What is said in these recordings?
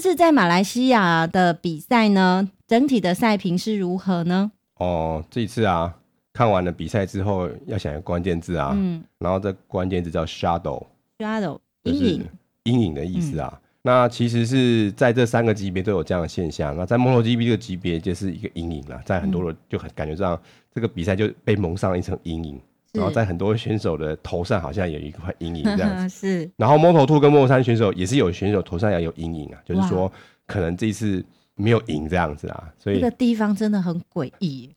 次在马来西亚的比赛呢，整体的赛评是如何呢？哦，这一次啊，看完了比赛之后，要想一个关键字啊，嗯然后这关键字叫 shadow， ，shadow 就阴是影，嗯阴影的意思啊。那其实是在这三个级别都有这样的现象。那在 MotoGP 这个级别就是一个阴影啦，在很嗯多人就很感觉上，这个比赛就被蒙上了一层阴影，是然后在很多选手的头上好像有一块阴影这样 子。是然后 Moto Two 跟 Moto 三选手也是有选手头上也有阴影啊，就是说可能这一次没有赢这样子啊，所这以个地方真的很诡异。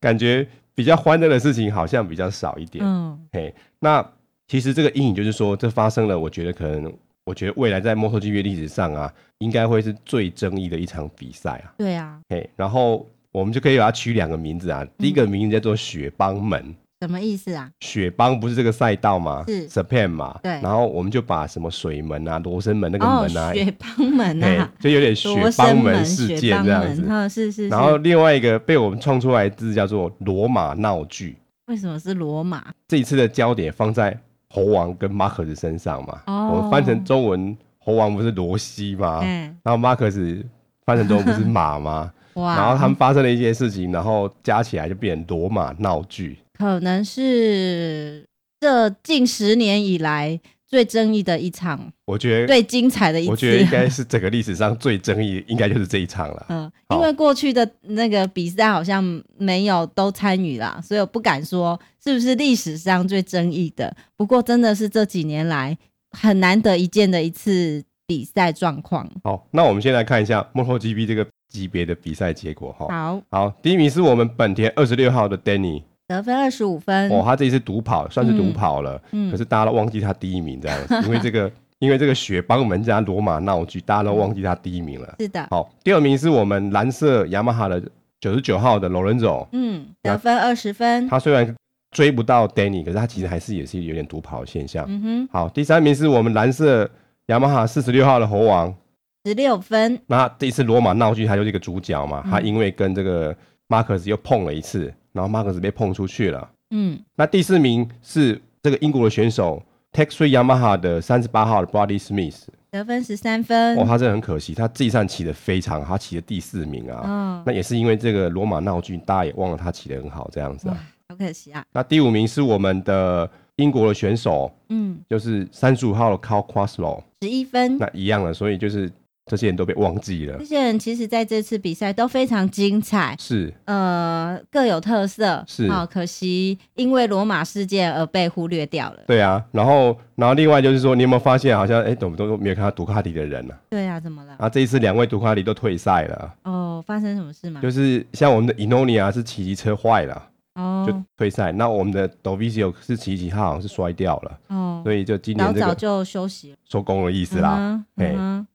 感觉比较欢乐的事情好像比较少一点。嗯，嘿，那其实这个阴影就是说，这发生了，我觉得可能，我觉得未来在 MotoGP 历史上啊，应该会是最争议的一场比赛啊。对啊，嘿，然后我们就可以把它取两个名字啊，嗯第一个名字叫做雪邦门。什么意思啊？雪邦不是这个赛道吗？是 Japan 嘛？对然后我们就把什么水门啊、罗生门那个哦，门啊，雪邦门嘿啊，就有点雪罗邦生门、事雪件邦这样门，啊子。哈，是是是。然后另外一个被我们创出来的字叫做罗马闹剧，为什么是罗马？这一次的焦点放在猴王跟马可斯身上嘛。哦我们翻成中文，猴王不是罗西吗？哎，然后马可斯翻成中文不是马吗？ 哇，然后他们发生了一些事情，然后加起来就变成罗马闹剧。可能是这近十年以来最争议的一场，我觉得，最精彩的一次。我觉得应该是整个历史上最争议，应该就是这一场了。嗯，好因为过去的那个比赛好像没有都参与啦，所以我不敢说是不是历史上最争议的。不过真的是这几年来很难得一见的一次比赛状况。好，那我们先来看一下 MotoGP 这个级别的比赛结果哈。好，好，第一名是我们本田二十六号的 Danny，得分二十五分。哦，他这一次独跑，算是独嗯跑了。可嗯，是大家都忘记他第一名这样子，因为 这个因为这个雪邦门加罗马闹剧，大家都忘记他第一名了。是的，好，第二名是我们蓝色雅马哈的九十九号的罗伦佐，嗯，那得分二十分。他虽然追不到 Danny，可是他其实还是也是有点独跑的现象。嗯哼，好，第三名是我们蓝色雅马哈四十六号的猴王，十六分。那这一次罗马闹剧他就是一个主角嘛，嗯他因为跟这个马克斯又碰了一次，然后马克斯被碰出去了。嗯，那第四名是这个英国的选手 t e x Free Yamaha 的三十八号的 Brody Smith，得分十三分。哦，他真的很可惜，他这一站骑的非常好，他骑的第四名啊。哦，那也是因为这个罗马闹剧，大家也忘了他骑得很好这样子啊。哇，好可惜啊。那第五名是我们的英国的选手，嗯，就是三十五号的 Cal Quaslow，十一分。那一样了，所以就是这些人都被忘记了这。些人其实在这次比赛都非常精彩，是呃，各有特色，是好、可惜因为罗马事件而被忽略掉了。对啊，然后，然后另外就是说，你有没有发现，好像哎，我们都都没有看到杜卡迪的人呢、对啊，怎么了啊？？啊，这一次两位杜卡迪都退赛了啊，哦，发生什么事吗？就是像我们的 Inonia 是骑机车坏了，就哦退赛。那我们的 Dovizio 是骑机，他好像是摔掉了，哦，所以就今早年这早个就休息了。收工的意思啦。嗯哼嘿嗯哼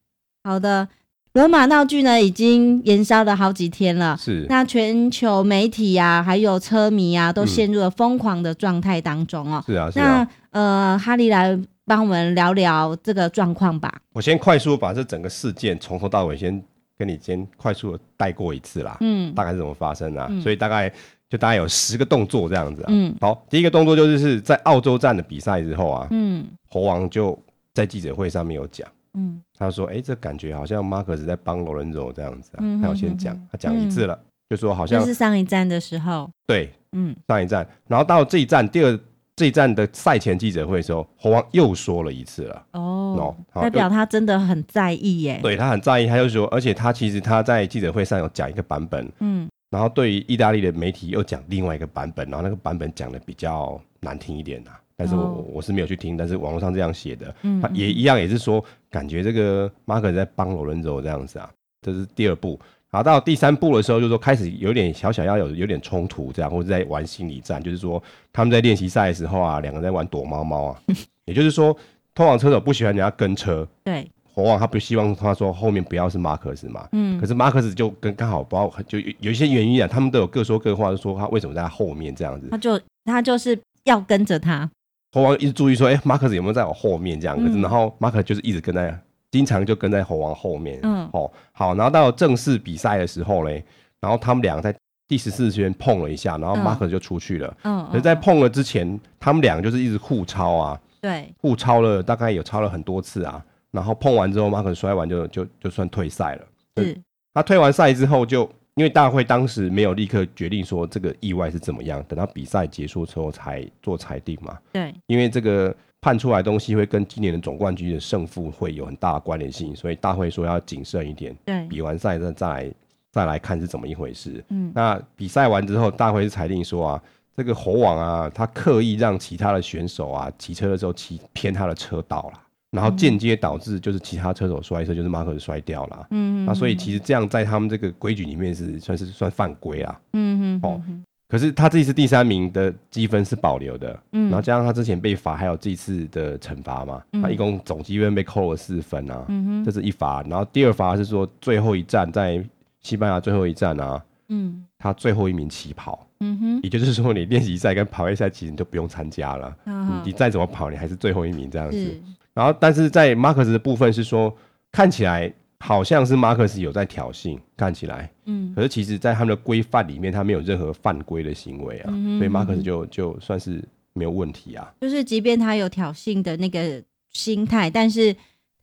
好的，罗马闹剧呢已经延烧了好几天了。是，那全球媒体呀、还有车迷呀、都嗯陷入了疯狂的状态当中哦。是啊，是啊那。呃，哈利来帮我们聊聊这个状况吧。我先快速把这整个事件从头到尾先跟你先快速的带过一次啦，嗯大概是怎么发生的啊、嗯所以大概就大概有十个动作这样子啊。嗯好，第一个动作就是是在澳洲站的比赛之后啊，嗯猴王就在记者会上面有讲，嗯他说：“哎、这感觉好像马克斯在帮罗伦佐这样子啊。嗯他有先讲嗯嗯，他讲一次了，就说好像就是上一站的时候，对嗯，上一站，然后到这一站第二这一站的赛前记者会的时候，猴王又说了一次了。哦 No，好代表他真的很在意耶。对他很在意，他就说，而且他其实他在记者会上有讲一个版本，嗯，然后对于意大利的媒体又讲另外一个版本，然后那个版本讲的比较难听一点啊。但是我、哦我是没有去听，但是网络上这样写的，嗯他也一样也是说，感觉这个马可在帮罗伦佐这样子啊，这是第二步。然后到第三步的时候，就说开始有点小小要有有点冲突这样，或者在玩心理战，就是说他们在练习赛的时候啊，两个人在玩躲猫猫啊，也就是说，通常车手不喜欢人家跟车，对，火王他不希望他说后面不要是马可斯嘛，嗯可是马克思就跟刚好不知道，就有有一些原因啊，他们都有各说各话，就说他为什么在他后面这样子他。就他就是要跟着他，猴王一直注意说，哎、马克思有没有在我后面这样？可是嗯然后马可就是一直跟在，经常就跟在猴王后面。嗯哦，好，然后到正式比赛的时候嘞，然后他们俩在第十四圈碰了一下，然后嗯马可就出去了。嗯，可是，在嗯碰了之前，他们俩就是一直互抄啊，对，互抄了大概有抄了很多次啊。然后碰完之后，马可摔完就就就算退赛了。是他退完赛之后就，因为大会当时没有立刻决定说这个意外是怎么样，等到比赛结束之后才做裁定嘛。对，因为这个判出来的东西会跟今年的总冠军的胜负会有很大的关联性，所以大会说要谨慎一点，对，比完赛再再来再来看是怎么一回事。嗯，那比赛完之后，大会是裁定说啊，这个猴王啊，他刻意让其他的选手啊骑车的时候骑偏他的车道啦，然嗯后间接导致就是其他车手摔车，就是马可摔掉啦。嗯那所以其实这样在他们这个规矩里面是算是算犯规啊。嗯嗯哦，可是他这一次第三名的积分是保留的，嗯然后加上他之前被罚还有这一次的惩罚嘛，他一共总积分被扣了四分啊，嗯这是一罚。然后第二罚是说最后一站在西班牙最后一站啊，嗯他最后一名起跑，嗯哼，也就是说你练习赛跟跑位赛其实你都不用参加了，啊你你再怎么跑你还是最后一名这样子。是然后但嗯是在马克斯的部分是说，看起来好像是马克斯有在挑衅，看起来。嗯可是其实，在他们的规范里面，他没有任何犯规的行为啊，嗯哼嗯所以马克斯就就算是没有问题啊。就是即便他有挑衅的那个心态，但是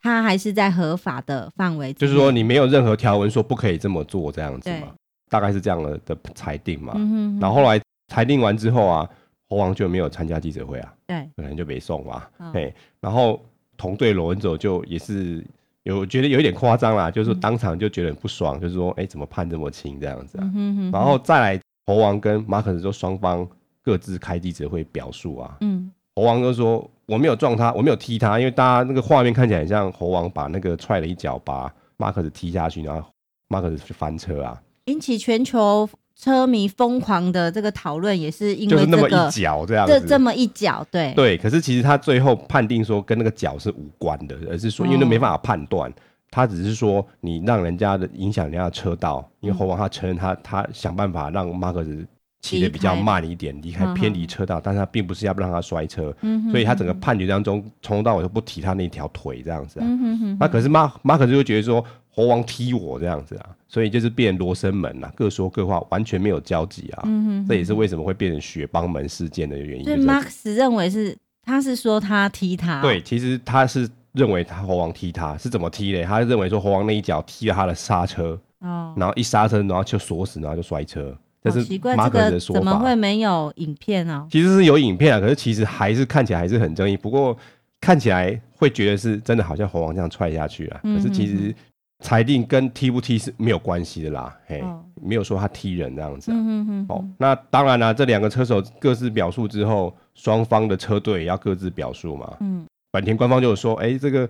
他还是在合法的范围之内，就是说，你没有任何条文说不可以这么做这样子对嘛，，大概是这样的的裁定嘛。嗯哼，然后后来裁定完之后啊，猴王就没有参加记者会啊，对，可能就没送嘛。哦哎、然后同队罗文佐就也是有我觉得有一点夸张啦，嗯就是说当场就觉得很不爽，就是说，哎、怎么判这么轻这样子啊？嗯哼哼，然后再来，猴王跟马可斯就双方各自开记者会表述啊，嗯猴王就说：“我没有撞他，我没有踢他，因为大家那个画面看起来很像猴王把那个踹了一脚，把马克斯踢下去，然后马克斯就翻车啊，引起全球车迷疯狂的这个讨论，也是因就为是这那么一个脚这样子。这这么一脚，对，对，可是其实他最后判定说跟那个脚是无关的，而是说因为那哦没办法判断，他只是说你让人家的影响人家的车道，嗯因为猴王他承认他他想办法让马克斯骑得比较离开慢一点，离开嗯哼偏离车道，但是他并不是要让他摔车，嗯哼所以他整个判决当中从头到尾都不提他那条腿这样子啊。嗯哼哼，那可是马马可斯就觉得说猴王踢我这样子啊，所以就是变罗生门啊，各说各话，完全没有交集啊。嗯这也是为什么会变成雪邦门事件的原因。所以就是 Max 认为是他是说他踢他，对，其实他是认为他猴王踢他是怎么踢嘞？他认为说猴王那一脚踢了他的刹车，哦，然后一刹车，然后就锁死，然后就摔车。这好是奇怪，马这可斯个的说怎么法。会没有影片哦？其实是有影片啊，可是其实还是看起来还是很争议。不过看起来会觉得是真的，好像猴王这样踹下去啊。嗯可是其嗯实裁定跟踢不踢是没有关系的啦，嘿，哦没有说他踢人这样子啊、嗯哼哼，哦，那当然啦、这两个车手各自表述之后，双方的车队也要各自表述嘛。嗯本田官方就有说，哎、这个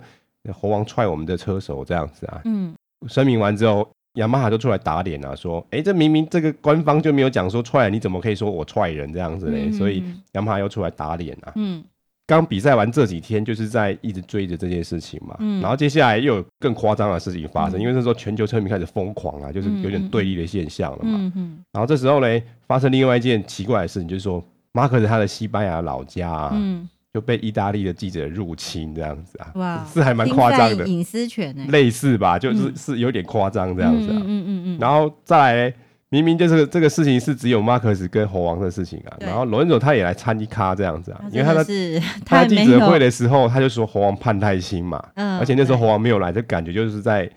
猴王踹我们的车手这样子啊。嗯，声明完之后，雅马哈就出来打脸啊，说，哎、这明明这个官方就没有讲说踹人，你怎么可以说我踹人这样子嘞？嗯所以雅马哈又出来打脸啊。嗯刚比赛完这几天，就是在一直追着这件事情嘛。嗯然后接下来又有更夸张的事情发生，嗯因为那时候全球车迷开始疯狂啊，就是有点对立的现象了嘛。嗯嗯然后这时候呢，发生另外一件奇怪的事情，就是说马可斯他的西班牙老家啊，嗯，就被意大利的记者入侵这样子啊，哇，是还蛮夸张侵的犯，隐私权呢，类似吧，就是、嗯是有点夸张这样子啊。嗯嗯嗯嗯，然后再来嘞，明明就是这个事情是只有马克斯跟猴王的事情啊，对然后罗恩佐他也来参一咖这样子啊，因为他真的在是他太在没记有者会的时候，他就说猴王判太轻嘛，嗯而且那时候猴王没有来，就感觉就是在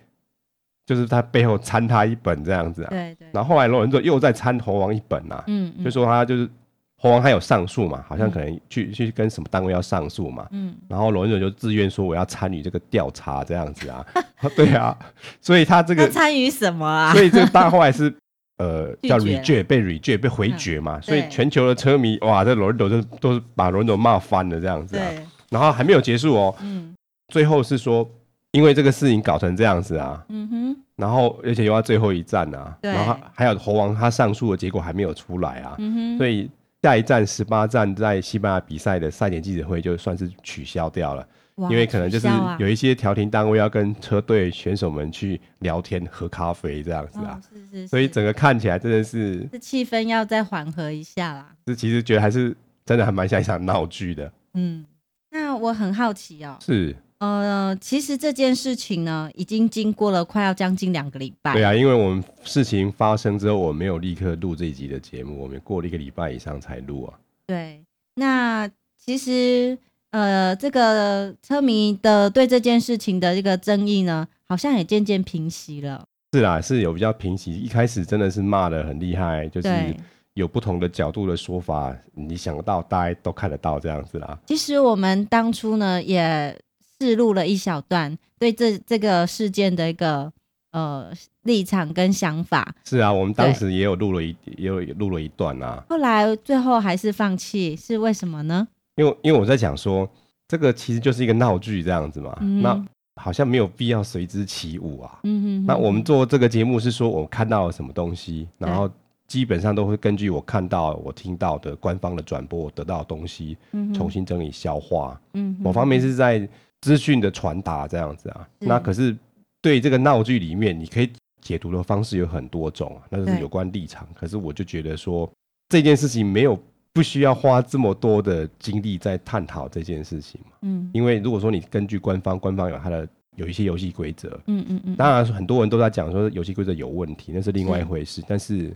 就是他背后参他一本这样子啊。对对，然后后来罗恩佐又在参猴王一本啊，嗯嗯就说他就是猴王他有上诉嘛，好像可能去、去跟什么单位要上诉嘛，嗯然后罗恩佐就自愿说我要参与这个调查这样 子啊，对啊，所以他这他个，参与什么啊？所以这个大后来是。呃，叫 拒 reject 绝嗯被 reject 被回绝嘛，所以对全球的车迷哇，这罗恩佐都都是把罗恩佐骂翻了这样子啊。对，然后还没有结束哦，嗯最后是说因为这个事情搞成这样子啊，嗯哼然后而且又要最后一站啊，对然后还还有猴王他上诉的结果还没有出来啊，嗯哼，所以下一站十八站在西班牙比赛的赛前记者会就算是取消掉了，哇因为可能就是取消啊有一些调停单位要跟车队选手们去聊天、喝咖啡这样子啊哦，是是，所以是整个看起来真的是，这气氛要再缓和一下啦。这其实觉得还是真的还蛮像一场闹剧的，嗯，那我很好奇哦，是呃，其实这件事情呢，已经经过了快要将近两个礼拜。对啊，因为我们事情发生之后，我没有立刻录这一集的节目，我们过了一个礼拜以上才录啊，对那其实，嗯、呃，这个车迷的对这件事情的这个争议呢，好像也渐渐平息了。是啦，是有比较平息。一开始真的是骂的很厉害，就是对，有不同的角度的说法，你想得到大家都看得到这样子啦。其实我们当初呢也试录了一小段对这这个事件的一个呃立场跟想法，是啊，我们当对时也有录了一也有录了一段啊，后来最后还是放弃，是为什么呢？因为因为我在讲说，这个其实就是一个闹剧这样子嘛，嗯那好像没有必要随之起舞啊。嗯哼哼那我们做这个节目是说，我看到了什么东西，对然后基本上都会根据我看到、我听到的官方的转播，我得到的东西，嗯哼重新整理消化。嗯哼某方面是在资讯的传达这样子啊。是那可是对这个闹剧里面，你可以解读的方式有很多种啊，那就是对有关立场。可是我就觉得说，这件事情没有不需要花这么多的精力在探讨这件事情嘛，嗯因为如果说你根据官方，官方有它的有一些游戏规则，嗯嗯嗯，当然很多人都在讲说游戏规则有问题，那是另外一回事。但是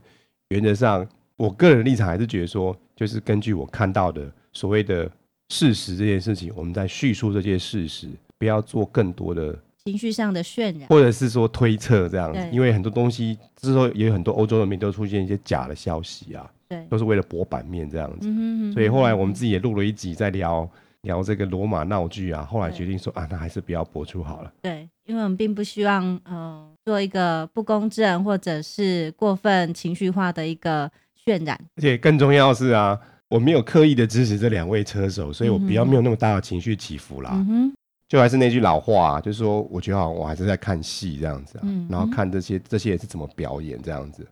原则上，我个人的立场还是觉得说，就是根据我看到的所谓的事实这件事情，我们在叙述这些事实，不要做更多的，情绪上的渲染，或者是说推测这样子对。因为很多东西之后也有很多欧洲人民都出现一些假的消息啊，对，都是为了博版面这样子。嗯哼哼所以后来我们自己也录了一集在聊聊这个罗马闹剧啊，后来对决定说啊，那还是不要播出好了。对，因为我们并不希望嗯、呃做一个不公正或者是过分情绪化的一个渲染，而且更重要的是啊，我没有刻意的支持这两位车手，所以我比嗯较哼没有那么大的情绪起伏啦。嗯哼，就还是那句老话、啊，就是说，我觉得好像我还是在看戏这样子啊，嗯哼然后看这些这些也是怎么表演这样子。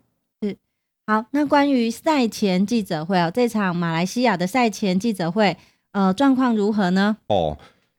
好，那关于赛前记者会哦，这场马来西亚的赛前记者会，呃，状况如何呢？哦，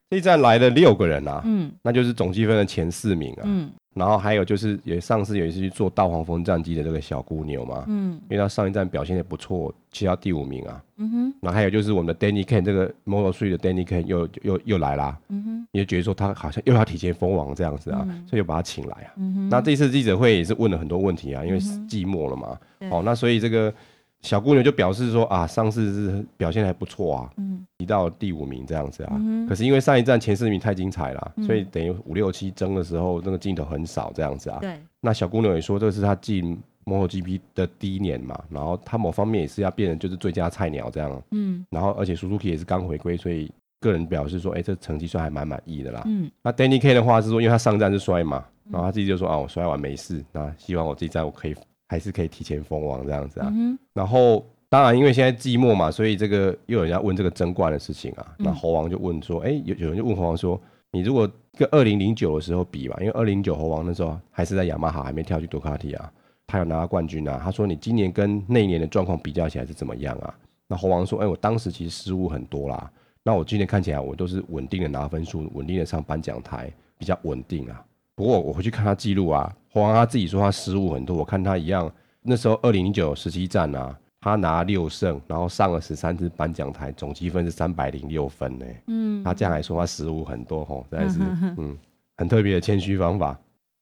这一站来了六个人啊，嗯那就是总积分的前四名啊。嗯然后还有就是也上次有一次去做大黄蜂战机的这个小姑牛嘛，嗯因为她上一站表现的不错，骑到第五名啊。嗯哼然后还有就是我们的 Danny Ken 这个 Model Three 的 Danny Ken 又又又来啦，嗯哼你就觉得说他好像又要体现封王这样子啊，所以就把他请来啊。嗯哼，那这次记者会也是问了很多问题啊，因为嗯哼寂寞了嘛。对哦，那所以这个小姑娘就表示说啊，上次是表现还不错啊，嗯提到第五名这样子啊。嗯可哼是因为上一站前四名太精彩了，所以嗯等于五六七争的时候，那个镜头很少这样子啊。对那小姑娘也说，这是她进 MotoGP 的第一年嘛，然后她某方面也是要变成就是最佳菜鸟这样。啊嗯然后而且 Suzuki 也是刚回归，所以个人表示说，哎，这成绩算还蛮满意的啦。嗯那 Danny K 的话是说，因为他上站是摔嘛，然后他自己就说啊，我摔完没事，那希望我这一站我可以还是可以提前封王这样子啊。嗯哼然后当然因为现在寂寞嘛，所以这个又有人要问这个争冠的事情啊。嗯那猴王就问说，哎、有有人就问猴王说，你如果跟二零零九的时候比吧，因为二零九猴王那时候还是在雅马哈，还没跳去杜卡迪啊，他有拿到冠军啊。他说你今年跟那一年的状况比较起来是怎么样啊？那猴王说，哎、我当时其实失误很多啦。那我今年看起来我都是稳定的拿分数，稳定的上颁奖台，比较稳定啊。不过我回去看他记录啊，黄安他自己说他失误很多，我看他一样，那时候二零零九十七站啊，他拿六胜，然后上了十三次颁奖台，总积分是三百零六分呢、嗯啊他这样还说他失误很多吼，实在是嗯哼嗯很特别的谦虚方法。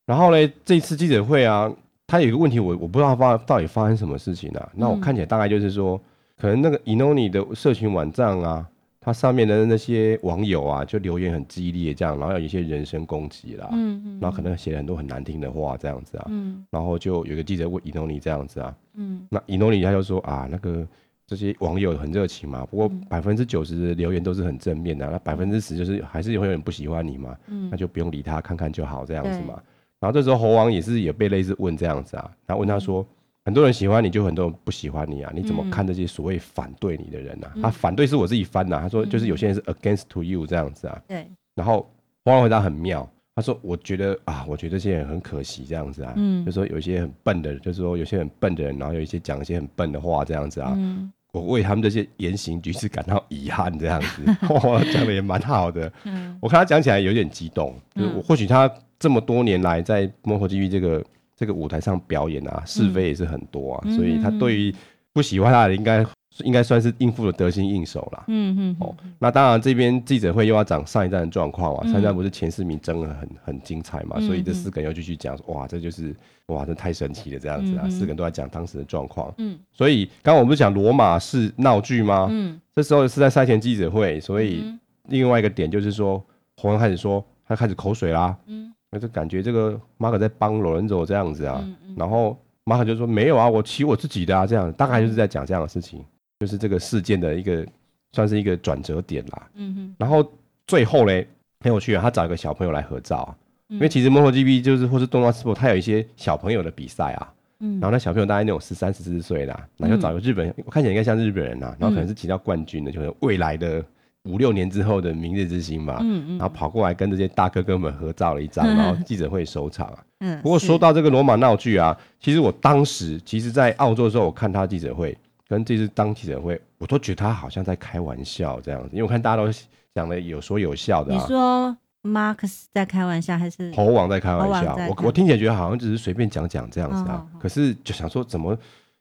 然后呢，这次记者会啊，他有一个问题我我不知道发到底发生什么事情啊。那我看起来大概就是说，可能那个 Inoni 的社群网站啊，它上面的那些网友啊，就留言很激烈这样，然后有一些人身攻击啦，嗯嗯然后可能写了很多很难听的话这样子啊。嗯然后就有一个记者问 Inoni 这样子啊，嗯那 Inoni 他就说啊，那个这些网友很热情嘛，不过百分之九十的留言都是很正面的啊、那百分之十就是还是会有人不喜欢你嘛，嗯那就不用理他，看看就好这样子嘛。然后这时候猴王也是也被类似问这样子啊，然后问他说，很多人喜欢你，就很多人不喜欢你啊，你怎么看这些所谓反对你的人啊？他反对是我自己翻的啊、他说就是有些人是 against to you 这样子啊，对然后黄王回答很妙，他说：“我觉得啊，我觉得这些人很可惜这样子啊，嗯就说有一些很笨的，就是说有些很笨的人，然后有一些讲一些很笨的话这样子啊，嗯我为他们这些言行举止感到遗憾这样 子。哇，讲的也蛮好的，嗯我看他讲起来有点激动，就是嗯我或许他这么多年来在 MotoGP 这个这个舞台上表演啊，是非也是很多啊，嗯所以他对于不喜欢他的人应该应该算是应付的得心应手啦。”嗯嗯哦，那当然，这边记者会又要讲上一站的状况嘛，嗯上一站不是前四名争的很很精彩嘛，嗯所以这四个人又继续讲说，哇，这就是哇，这太神奇了这样子啊，嗯嗯四个人都在讲当时的状况。嗯所以刚刚我们不是讲罗马是闹剧吗？嗯啊这时候是在赛前记者会，所以嗯另外一个点就是说，红人开始说他开始口水啦，嗯那就感觉这个马可在帮罗伦佐这样子啊，嗯嗯然后马可就说没有啊，我骑我自己的啊，这样大嗯概就是在讲这样的事情，就是这个事件的一个算是一个转折点啦。嗯然后最后嘞，很有趣啊，他找一个小朋友来合照啊，嗯因为其实 MotoGP 就是或是动画 sport，它有一些小朋友的比赛啊，嗯然后那小朋友大概那种十三十四岁啦，然后就找个日本人，我看起来应该像日本嗯人啦，啊然后可能是骑到冠军的，就是未来的五六年之后的明日之星嘛，嗯嗯然后跑过来跟这些大哥哥们合照了一 张，嗯然后记者会收场啊。嗯。 不过说到到这个罗马闹剧啊，其实我当时其实，在澳洲的时候，我看他记者会跟这次当记者会，我都觉得他好像在开玩笑这样子，因为我看大家都讲的有说有笑的你啊。说 Marx 在开玩笑还是猴王在开玩猴笑王在，我开我听起来觉得好像只是随便讲讲这样子嗯啊嗯，嗯可是就想说怎么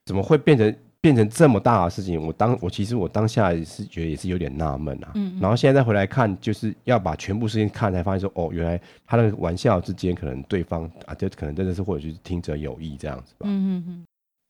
怎么会变成变成这么大的事情？我当我其实我当下也是觉得也是有点纳闷啊，嗯嗯然后现在再回来看，就是要把全部事情看才发现说，哦，原来他的玩笑之间可能对方啊，就可能真的是或者就是听者有意这样子吧。嗯嗯嗯，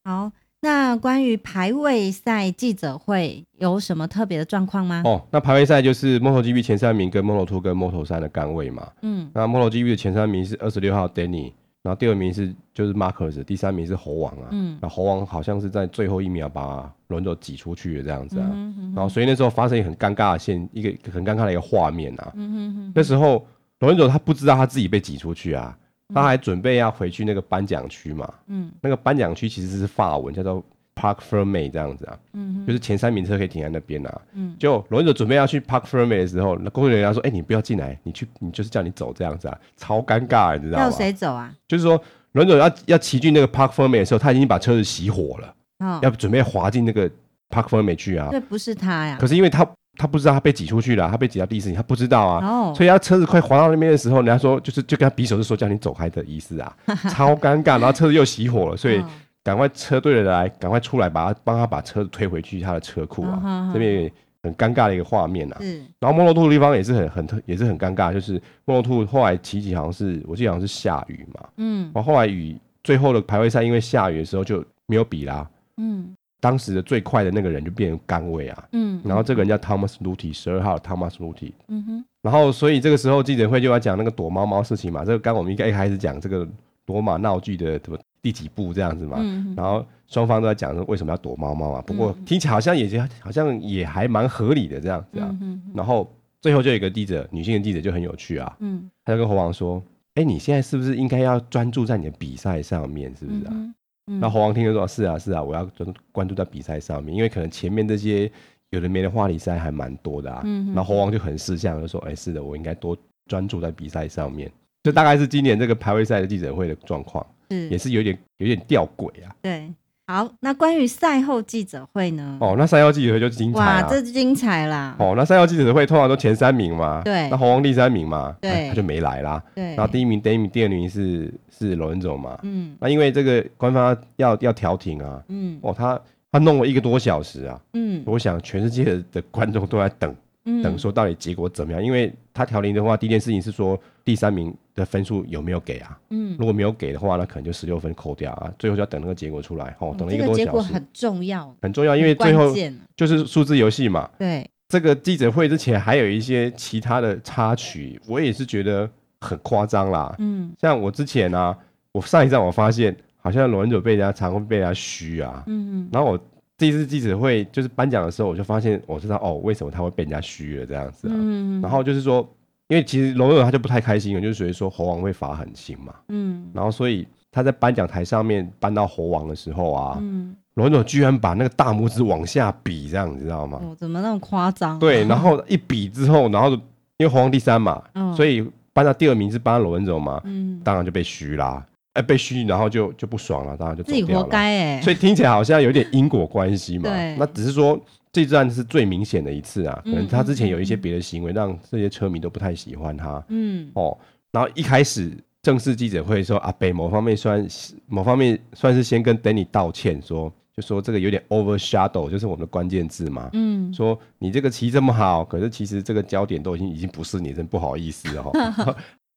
好。那关于排位赛记者会有什么特别的状况吗？哦，那排位赛就是 MotoGP 前三名跟 Moto Two 跟 Moto 三的杆位嘛。嗯那 MotoGP 的前三名是二十六号 Danny，然后第二名是就是 Marcus，第三名是猴王啊。嗯那猴王好像是在最后一秒把轮轴挤出去的这样子啊。嗯哼然后所以那时候发生一个很尴尬的现一个很尴尬的一个画面啊。嗯哼哼那时候罗恩佐他不知道他自己被挤出去啊，他还准备要回去那个颁奖区嘛。嗯那个颁奖区其实是法文叫做 Park Ferme 这样子啊，嗯就是前三名车可以停在那边啊。嗯就罗恩佐准备要去 Park Ferme 的时候，那工作人员说：“哎、你不要进来，你去，你就是叫你走这样子啊，超尴尬，你知道要吗？谁走啊？就是说。”罗恩佐要要骑进那个 Park Ferme 的时候，他已经把车子熄火了。哦，要准备滑进那个 Park Ferme 去啊。对，不是他呀可。是因为他他不知道他被挤出去了，他被挤到第四名，他不知道啊。哦，所以他车子快滑到那边的时候，人家说就是就跟他比手是说叫你走开的意思 啊，超尴尬。然后车子又熄火了，所以哦赶快车队的来，赶快出来把他帮他把车子推回去他的车库嗯哼啊哼，这边也很尴尬的一个画面啊。是然后摩洛兔的地方也是很很特也是很尴尬，就是摩洛兔后来骑骑好像是我记得好像是下雨嘛，嗯然后后来雨最后的排位赛因为下雨的时候就没有比啦，嗯当时的最快的那个人就变成杆位啊，嗯，然后这个人叫 Thomas Luty，十二号 Thomas Luty。嗯哼然后所以这个时候记者会就要讲那个躲猫猫事情嘛，这个刚我们应该一开始讲这个罗马闹剧的怎么第几部这样子嘛，嗯哼然后双方都在讲说为什么要躲猫猫啊，不过嗯听起来好像也好像也还蛮合理的这样子啊。嗯哼然后最后就有一个记者，女性的记者就很有趣啊，嗯她就跟猴王说：“哎，你现在是不是应该要专注在你的比赛上面，是不是啊？”嗯哼那猴王听了说：“是啊，是啊，我要专关注在比赛上面，因为可能前面这些有的没的话题赛还蛮多的啊。嗯然后猴王就很识相，就说：“哎、是的，我应该多专注在比赛上面。”这大概是今年这个排位赛的记者会的状况，是也是有点有点吊诡啊。对。好，那关于赛后记者会呢？哦，那三幺记者会就精嗯彩哇，啊！这精彩啦！哦，那三幺记者会通常都前三名嘛，对那猴王第三名嘛，对哎他就没来啦。对，然后第一名、第一名、第二名是是罗恩总嘛。嗯那因为这个官方要要调停啊，嗯哦，他他弄了一个多小时啊。嗯我想全世界的的观众都在等嗯，等说到底结果怎么样，因为他调零的话，第一件事情是说第三名的分数有没有给啊？嗯，如果没有给的话，那可能就十六分扣掉啊。最后就要等那个结果出来，哦，哦等了一这个个多结果小时，很重要，很重要，因为很关最后键啊就是数字游戏嘛。对，这个记者会之前还有一些其他的插曲，我也是觉得很夸张啦。嗯像我之前啊，我上一站我发现好像罗恩佐被人家常会被人家虚啊，嗯然后我这一次记者会就是颁奖的时候，我就发现我知道哦，为什么他会被人家虚了这样子啊。嗯，然后就是说，因为其实龙友他就不太开心了，就是觉得说猴王会罚很轻嘛。嗯然后所以他在颁奖台上面颁到猴王的时候啊，嗯，龙友居然把那个大拇指往下比，这样你知道吗？哦，怎么那么夸张啊？啊对，然后一比之后，然后因为猴王第三嘛，嗯所以颁到第二名是颁到罗文总嘛，嗯，当然就被虚啦。哎，被虚，然后就就不爽了，当然就走自己掉活了。该哎，所以听起来好像有点因果关系嘛对。那只是说这站是最明显的一次啊，可嗯能他之前有一些别的行为，让这些车迷都不太喜欢他嗯哦。然后一开始正式记者会的时候，阿北某方面算某方面算是先跟 Danny 道歉说，就说这个有点 overshadow，就是我们的关键字嘛。嗯说 你这个骑这么好，可是其实这个焦点都已经已经不是你，真不好意思哦。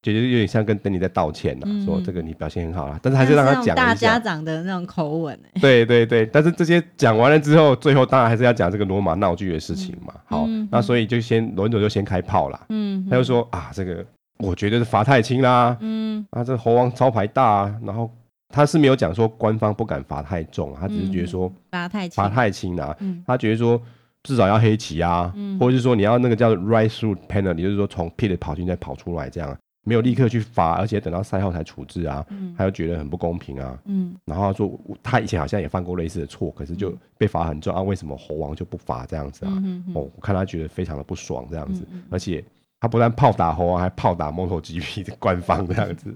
就就有点像跟等你在道歉呐、嗯说这个你表现很好啦，但是还是让他像那种讲大一家下。长的那种口吻、欸，对对对，但是这些讲完了之后，最后当然还是要讲这个罗马闹剧的事情嘛。好，嗯那所以就先轮佐就先开炮啦，嗯，他就说啊，这个我觉得是罚太轻啦，嗯，啊，这猴王招牌大、啊，然后他是没有讲说官方不敢罚太重啊，他只是觉得说罚太嗯轻罚，太轻啦、啊，嗯他觉得说至少要黑棋啊，嗯或者是说你要那个叫 right through penalty，就是说从 pit 跑进再跑出来这样啊，没有立刻去罚，而且等到赛后才处置啊，嗯他就觉得很不公平啊。嗯然后他说他以前好像也犯过类似的错，可是就被罚很重啊，为什么猴王就不罚这样子啊？嗯嗯哦，我看他觉得非常的不爽这样子，嗯嗯而且他不但炮打猴啊王，还炮打 MotoGP 的官方这样子。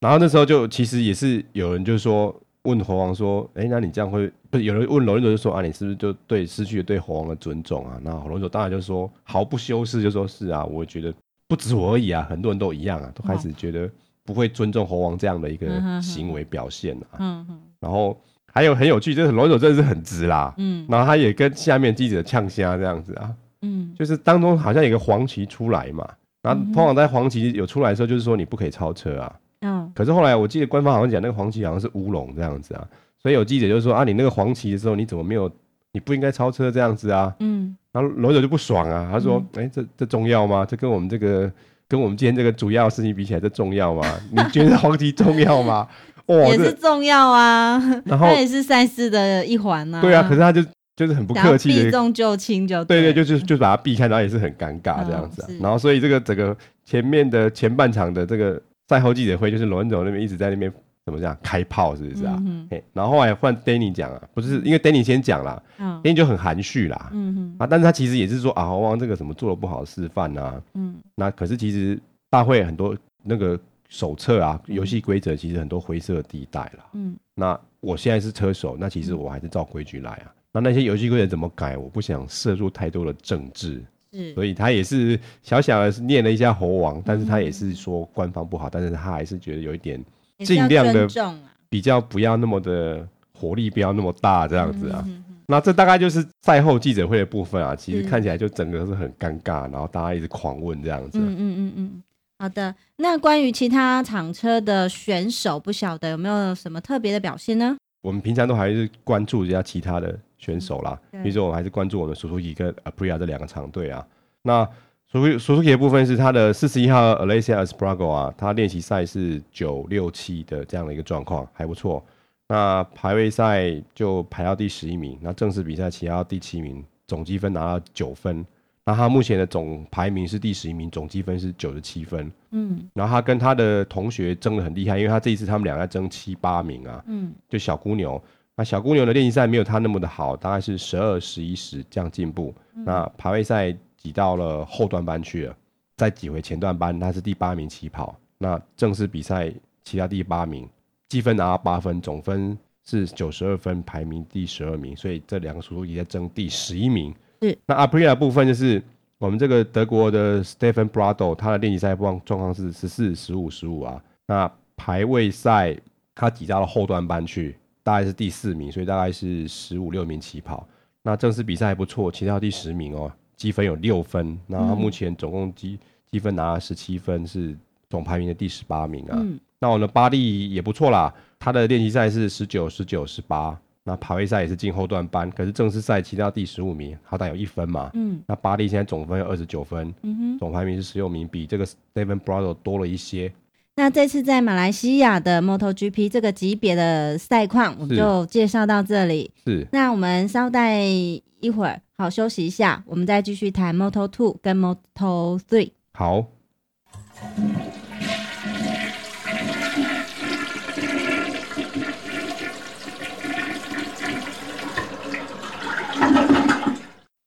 然后那时候就其实也是有人就说问猴王说：“哎，那你这样会不是？”有人问罗伦佐就说：“啊，你是不是就对失去了对猴王的尊重啊？”那罗伦佐当然就说毫不修饰就说：“是啊，我觉得不止我而已啊，很多人都一样啊，都开始觉得不会尊重猴王这样的一嗯哼个哼行为表现啊。嗯嗯然后还有很有趣，就是罗伦佐真的是很直啦。嗯然后他也跟下面记者呛虾这样子啊，嗯就是当中好像有一个黄旗出来嘛，然后通常在黄旗有出来的时候，就是说你不可以超车啊。嗯可是后来我记得官方好像讲那个黄旗好像是乌龙这样子啊，所以有记者就说啊，你那个黄旗的时候你怎么没有，你不应该超车这样子啊。嗯然后罗总就不爽啊，他说，哎、这这重要吗？这跟我们这个跟我们今天这个主要的事情比起来，这重要吗？你觉得黄旗重要 吗？哇，也这是重要啊，然后 它也是赛事的一环呐、对啊，可是他就就是很不想要客气避的重就轻就对对对，就是就把它避开，然后也是很尴尬这样子、啊嗯是然后所以这个整个前面的前半场的这个赛后记者会，就是罗恩总那边一直在那边怎么讲开炮，是不是啊？嗯嘿然后后来换 Danny 讲啊，不是因为 Danny 先讲啦、哼 d a n n y 就很含蓄啦、嗯嗯啊，但是他其实也是说啊，猴王这个什么做了不好的示范啊，嗯那可是其实大会很多那个手册啊，游戏规则其实很多灰色地带啦。嗯那我现在是车手，那其实我还是照规矩来啊。那那些游戏规则怎么改，我不想涉入太多的政治，是所以他也是小小的念了一下猴王，但是他也是说官方不好，但是他还是觉得有一点也是要尽量地尊重啊，比较不要那么的火力不要那么大这样子啊。嗯嗯那这大概就是赛后记者会的部分啊，其实是看起来就整个是很尴尬，然后大家一直狂问这样子啊。嗯嗯嗯嗯，好的。那关于其他厂车的选手，不晓得有没有什么特别的表现呢？我们平常都还是关注一下其他的选手啦，嗯对比如说我们还是关注我们 Suzuki 跟 Aprilia 这两个厂队啊。那 Suzuki Suzuki 的部分是他的四十一号 Alessia Esprago 啊，他练习赛是九六七的这样的一个状况，还不错。那排位赛就排到第十一名，那正式比赛骑到第七名，总积分拿到九分。那他目前的总排名是第十一名，总积分是九十七分。嗯然后他跟他的同学争得很厉害，因为他这一次他们两个在争七八名啊。嗯就小姑牛。那小姑牛的练习赛没有他那么的好，大概是十二、十一、十这样进步。那排位赛挤到了后段班去了，再挤回前段班，他是第八名起跑。那正式比赛骑到第八名，积分拿到八分，总分是九十二分，排名第十二名。所以这两个叔叔也在争第十一名。是那 Aprilia 部分就是我们这个德国的 Stefan Brado，他的练习赛状状况是十四、十五、十五啊。那排位赛他挤到了后段班去，大概是第四名，所以大概是十五六名起跑。那正式比赛还不错，骑到第十名哦，积分有六分。那他目前总共积积分拿了十七分，是总排名的第十八名啊。嗯那我们的巴利也不错啦，他的练习赛是十九、十九、十八，那排位赛也是进后段班，可是正式赛骑到第十五名，好歹有一分嘛。嗯那巴利现在总分有二十九分，嗯哼。总排名是十六名，比这个 Stephen Brado 多了一些。那这次在马来西亚的 MotoGP 这个级别的赛况，我们是就介绍到这里。是，那我们稍待一会儿，好休息一下，我们再继续谈 Moto Two 跟 Moto Three。好，